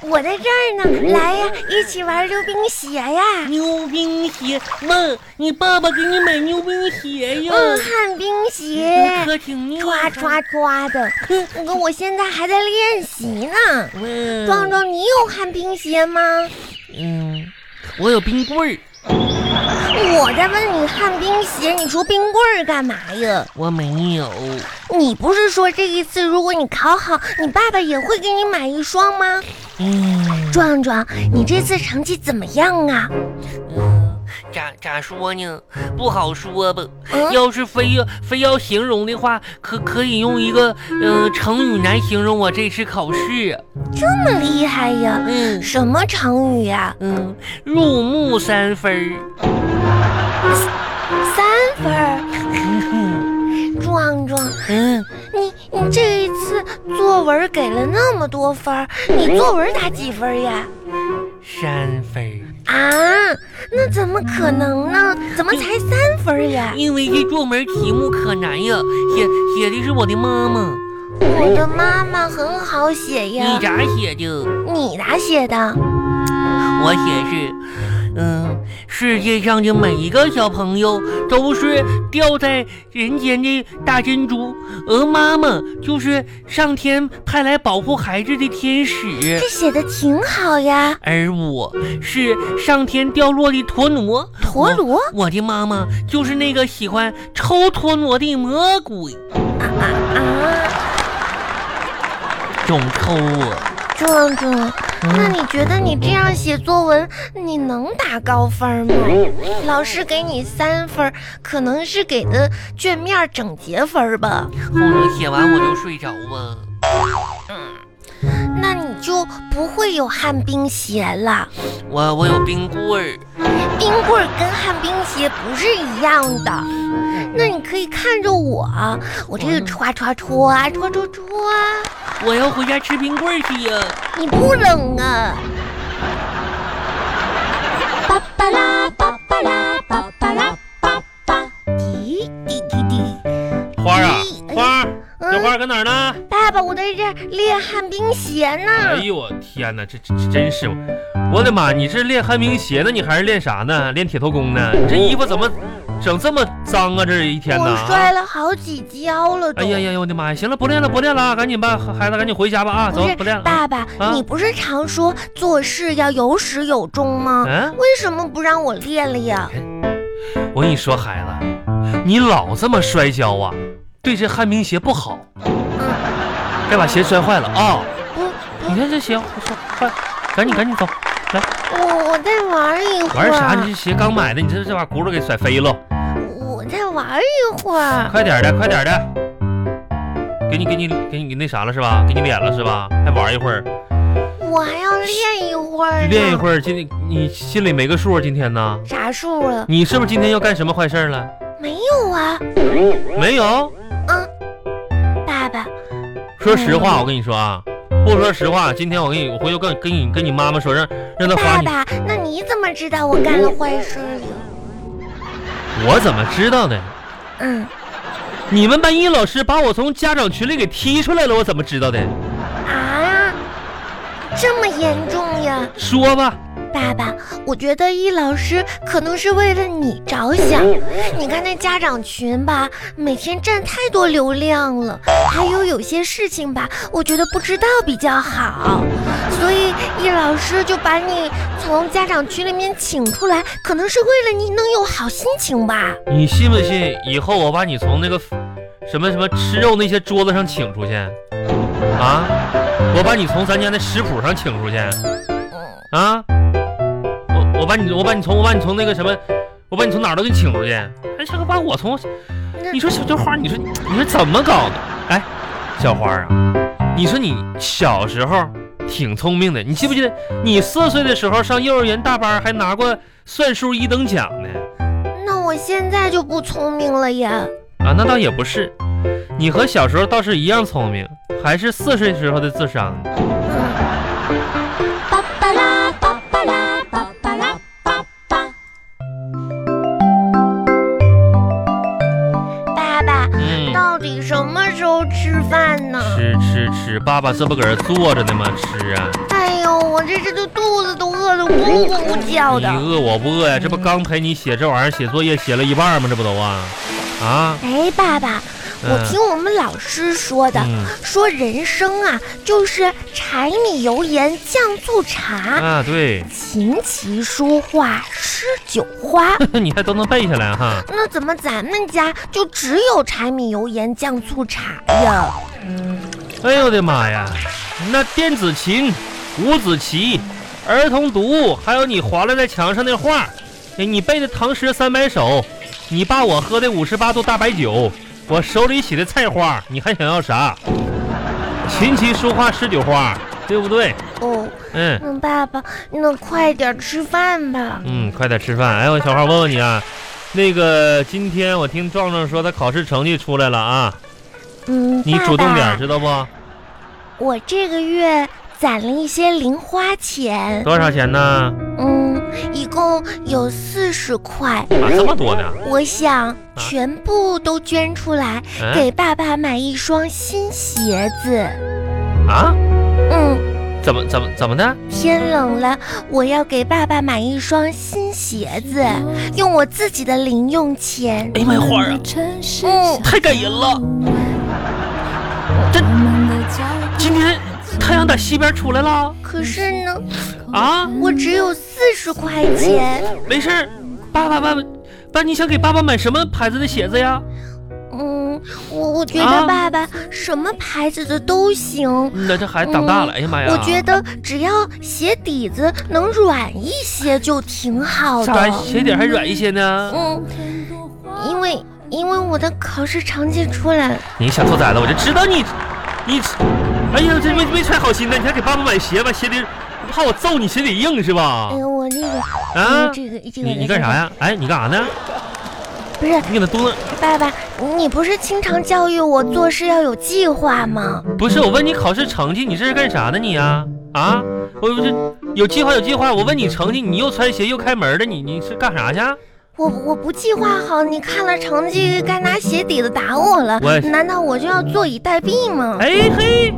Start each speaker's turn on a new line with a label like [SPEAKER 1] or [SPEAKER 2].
[SPEAKER 1] 这儿呢，来呀，一起玩溜冰鞋呀！
[SPEAKER 2] 溜冰鞋，妈，你爸爸给你买溜冰鞋呀？
[SPEAKER 1] 嗯，旱冰鞋，
[SPEAKER 2] 可挺啊厉
[SPEAKER 1] 刷
[SPEAKER 2] 害。
[SPEAKER 1] 刷刷的。可我现在还在练习呢。
[SPEAKER 2] 嗯哇哦
[SPEAKER 1] 壮，壮，你有旱冰鞋吗？
[SPEAKER 2] 嗯，我有冰棍儿，
[SPEAKER 1] 我在问你旱冰鞋，你说冰棍儿干嘛呀？
[SPEAKER 2] 我没有。
[SPEAKER 1] 你不是说这一次如果你考好，你爸爸也会给你买一双吗？
[SPEAKER 2] 嗯，
[SPEAKER 1] 壮壮，你这次成绩怎么样啊？
[SPEAKER 2] 嗯咋咋说呢？不好说吧。
[SPEAKER 1] 嗯，
[SPEAKER 2] 要是非要非要形容的话，可可以用一个嗯、呃成语来形容我这次考试。
[SPEAKER 1] 这么厉害呀？
[SPEAKER 2] 嗯
[SPEAKER 1] 什么成语啊呀、
[SPEAKER 2] 嗯，入木三分儿。
[SPEAKER 1] 三分儿。
[SPEAKER 2] 嗯
[SPEAKER 1] 壮壮，
[SPEAKER 2] 嗯，
[SPEAKER 1] 你你这一次作文给了那么多分儿，你作文打几分儿呀？
[SPEAKER 2] 三分儿。
[SPEAKER 1] 啊，那怎么可能呢？怎么才三分儿呀？
[SPEAKER 2] 因为这作文题目可难呀，写写的是我的妈妈。
[SPEAKER 1] 我的妈妈很好写
[SPEAKER 2] 你
[SPEAKER 1] 呀，
[SPEAKER 2] 咋写的？
[SPEAKER 1] 你咋写的？
[SPEAKER 2] 我写是，嗯，世界上的每一个小朋友都是掉在人间的大珍珠，而妈妈就是上天派来保护孩子的天使
[SPEAKER 1] 这，写的挺好呀，
[SPEAKER 2] 而我是上天掉落的陀螺。
[SPEAKER 1] 陀螺
[SPEAKER 2] 我的妈妈就是那个喜欢抽陀螺的魔鬼，
[SPEAKER 1] 啊，
[SPEAKER 2] 总抽啊我。
[SPEAKER 1] 壮壮，那
[SPEAKER 2] 嗯
[SPEAKER 1] 你觉得你这样写作文，你能打高分吗？老师给你三分儿，可能是给的卷面整洁分儿吧。
[SPEAKER 2] 后来写完我就睡着啊。
[SPEAKER 1] 那你就不会有旱冰鞋了。
[SPEAKER 2] 我我有冰棍儿。
[SPEAKER 1] 冰棍儿跟旱冰鞋不是一样的。那你可以看着我，我这个歘歘歘啊歘歘歘，啊
[SPEAKER 2] 我要回家吃冰棍儿去呀、
[SPEAKER 1] 你不冷啊？巴巴拉巴巴拉巴巴拉巴巴，滴滴滴滴。
[SPEAKER 3] 花儿啊
[SPEAKER 1] 哎，
[SPEAKER 3] 花儿，小花
[SPEAKER 1] 嗯，
[SPEAKER 3] 儿搁哪儿呢？
[SPEAKER 1] 爸爸，我在这儿练旱冰鞋
[SPEAKER 3] 哎
[SPEAKER 1] 呢。
[SPEAKER 3] 呦我天哪，这这这真是，我的妈！你是练旱冰鞋呢，你还是练啥呢？练铁头功呢？你这衣服怎么整这么脏啊？这一天
[SPEAKER 1] 我
[SPEAKER 3] 呐！
[SPEAKER 1] 摔了好几跤了都。
[SPEAKER 3] 哎呀呀呀！我的妈呀！行了，不练了，不练了啊，赶紧吧，孩子，赶紧回家吧啊！
[SPEAKER 1] 不
[SPEAKER 3] 走
[SPEAKER 1] 是，，
[SPEAKER 3] 不练了。啊。
[SPEAKER 1] 爸爸，
[SPEAKER 3] 啊
[SPEAKER 1] 你不是常说做事要有始有终吗？
[SPEAKER 3] 嗯，
[SPEAKER 1] 为什么不让我练了呀？
[SPEAKER 3] 我跟你说，孩子，你老这么摔跤啊，对这旱冰鞋不好，
[SPEAKER 1] 嗯
[SPEAKER 3] 该把鞋摔坏了啊！
[SPEAKER 1] 不
[SPEAKER 3] 你看这鞋摔坏，赶紧赶紧走，
[SPEAKER 1] 我我再玩一会儿。
[SPEAKER 3] 玩啥？你这鞋刚买的，你这这把轱辘给甩飞了。
[SPEAKER 1] 我再玩一会儿。
[SPEAKER 3] 快点儿的，快点儿的，给你给你给你给那啥了是吧？给你脸了是吧？还玩一会儿，
[SPEAKER 1] 我还要练一会儿呢。
[SPEAKER 3] 练一会
[SPEAKER 1] 儿。
[SPEAKER 3] 儿。今天你心里没个数，啊今天呢？
[SPEAKER 1] 啥数啊？
[SPEAKER 3] 你是不是今天要干什么坏事儿了？
[SPEAKER 1] 没有啊，
[SPEAKER 3] 没有。
[SPEAKER 1] 爸爸。
[SPEAKER 3] 说实话，我跟你说啊，不说实话，今天我跟你，我回头跟跟你跟你妈妈说，让让她
[SPEAKER 1] 爸
[SPEAKER 3] 罚你。
[SPEAKER 1] 爸，那你怎么知道我干了坏事儿呀？
[SPEAKER 3] 我怎么知道的？
[SPEAKER 1] 嗯
[SPEAKER 3] 你们班一老师把我从家长群里给踢出来了，我怎么知道的？
[SPEAKER 1] 啊，这么严重呀？
[SPEAKER 3] 说吧，
[SPEAKER 1] 爸爸，我觉得易老师可能是为了你着想。你看那家长群吧，每天占太多流量了，还有有些事情吧，我觉得不知道比较好，所以易老师就把你从家长群里面请出来，可能是为了你能有好心情吧。
[SPEAKER 3] 你信不信以后我把你从那个什么什么吃肉那些桌子上请出去？啊，我把你从咱家那食谱上请出去？啊，我我把你我把你从我把你从那个什么，我把你从哪儿都给你请出去？哎还这个把我从
[SPEAKER 1] 那
[SPEAKER 3] 你说小小花，你说你说怎么搞的？哎，小花啊，你说你小时候挺聪明的，你记不记得你四岁的时候上幼儿园大班还拿过算术一等奖呢？
[SPEAKER 1] 那我现在就不聪明了呀。
[SPEAKER 3] 啊，那倒也不是，你和小时候倒是一样聪明，还是四岁时候的智商。
[SPEAKER 1] 巴巴拉巴巴拉巴巴拉巴巴。爸爸，
[SPEAKER 3] 嗯，
[SPEAKER 1] 到底什么时候吃饭呢？
[SPEAKER 3] 吃吃吃，爸爸这不搁这坐着呢吗？吃啊，
[SPEAKER 1] 哎呦，我这这这都肚子都饿得咕咕咕叫
[SPEAKER 3] 你
[SPEAKER 1] 的。
[SPEAKER 3] 饿我不饿呀？这不刚陪你写这玩意儿写作业写了一半吗？这不都啊？啊？
[SPEAKER 1] 哎，爸爸，
[SPEAKER 3] 嗯
[SPEAKER 1] 我听我们老师说的，
[SPEAKER 3] 嗯
[SPEAKER 1] 说人生啊就是柴米油盐酱醋茶，
[SPEAKER 3] 啊， 对，
[SPEAKER 1] 琴棋书画诗酒花。
[SPEAKER 3] 你还都能背下来哈？
[SPEAKER 1] 那怎么咱们家就只有柴米油盐酱醋茶呀？
[SPEAKER 3] 哎呦我的妈呀！那电子琴、五子棋、儿童读物，还有你划拉在墙上那画，哎你背的唐诗三百首，你爸我喝的五十八度大白酒，我手里写的菜花，你还想要啥？琴棋书画诗酒花，对不对？
[SPEAKER 1] 哦，
[SPEAKER 3] 嗯。
[SPEAKER 1] 那爸爸，那快点吃饭吧。
[SPEAKER 3] 嗯，快点吃饭。哎，我小花问问你啊，那个今天我听壮壮说他考试成绩出来了啊，
[SPEAKER 1] 嗯，
[SPEAKER 3] 你
[SPEAKER 1] 爸
[SPEAKER 3] 主动点儿，
[SPEAKER 1] 爸
[SPEAKER 3] 知道不？
[SPEAKER 1] 我这个月攒了一些零花钱，
[SPEAKER 3] 多少钱呢？啊
[SPEAKER 1] 嗯，一共有四十块。
[SPEAKER 3] 啊，这么多呢？
[SPEAKER 1] 我想全部都捐出来，
[SPEAKER 3] 嗯
[SPEAKER 2] 啊
[SPEAKER 1] 给爸爸买一双新鞋子。
[SPEAKER 3] 啊，
[SPEAKER 1] 嗯，
[SPEAKER 3] 怎么怎么怎么的？
[SPEAKER 1] 天冷了，我要给爸爸买一双新鞋子，用我自己的零用钱。
[SPEAKER 2] 哎呀妈呀，花儿啊，
[SPEAKER 1] 嗯，
[SPEAKER 2] 太感人了！这今天太阳打西边出来了
[SPEAKER 1] 可是呢，
[SPEAKER 2] 啊？
[SPEAKER 1] 我只有四十块钱。
[SPEAKER 2] 没事儿，爸爸爸爸，爸你想给爸爸买什么牌子的鞋子呀？
[SPEAKER 1] 嗯，我我觉
[SPEAKER 2] 啊
[SPEAKER 1] 得爸爸什么牌子的都行。
[SPEAKER 2] 那这孩子长大了，哎呀妈呀！
[SPEAKER 1] 嗯我觉得只要鞋底子能软一些就挺好
[SPEAKER 2] 咋
[SPEAKER 1] 的。
[SPEAKER 2] 鞋底还软一些呢？
[SPEAKER 1] 嗯，因为因为我的考试成绩出来了，
[SPEAKER 2] 你小兔崽子，我就知道你，你，哎呀，这没没揣好心呢，你还给爸爸买鞋吧？鞋底怕我揍你，鞋底硬是吧
[SPEAKER 1] 哎？呦，我那个，
[SPEAKER 2] 啊，
[SPEAKER 1] 嗯这个这个，
[SPEAKER 3] 你你干啥？呀？哎，你干啥呢？
[SPEAKER 1] 不是
[SPEAKER 3] 你搁那嘟囔？
[SPEAKER 1] 爸爸，你不是经常教育我做事要有计划吗？
[SPEAKER 3] 不是，我问你考试成绩，你这是干啥呢？你呀、啊？我不是有计划有计划，我问你成绩，你又穿鞋又开门的，你你是干啥去？
[SPEAKER 1] 我我不计划好，你看了成绩该拿鞋底子打我了
[SPEAKER 3] 我，
[SPEAKER 1] 难道我就要坐以待毙吗？
[SPEAKER 3] 哎嘿，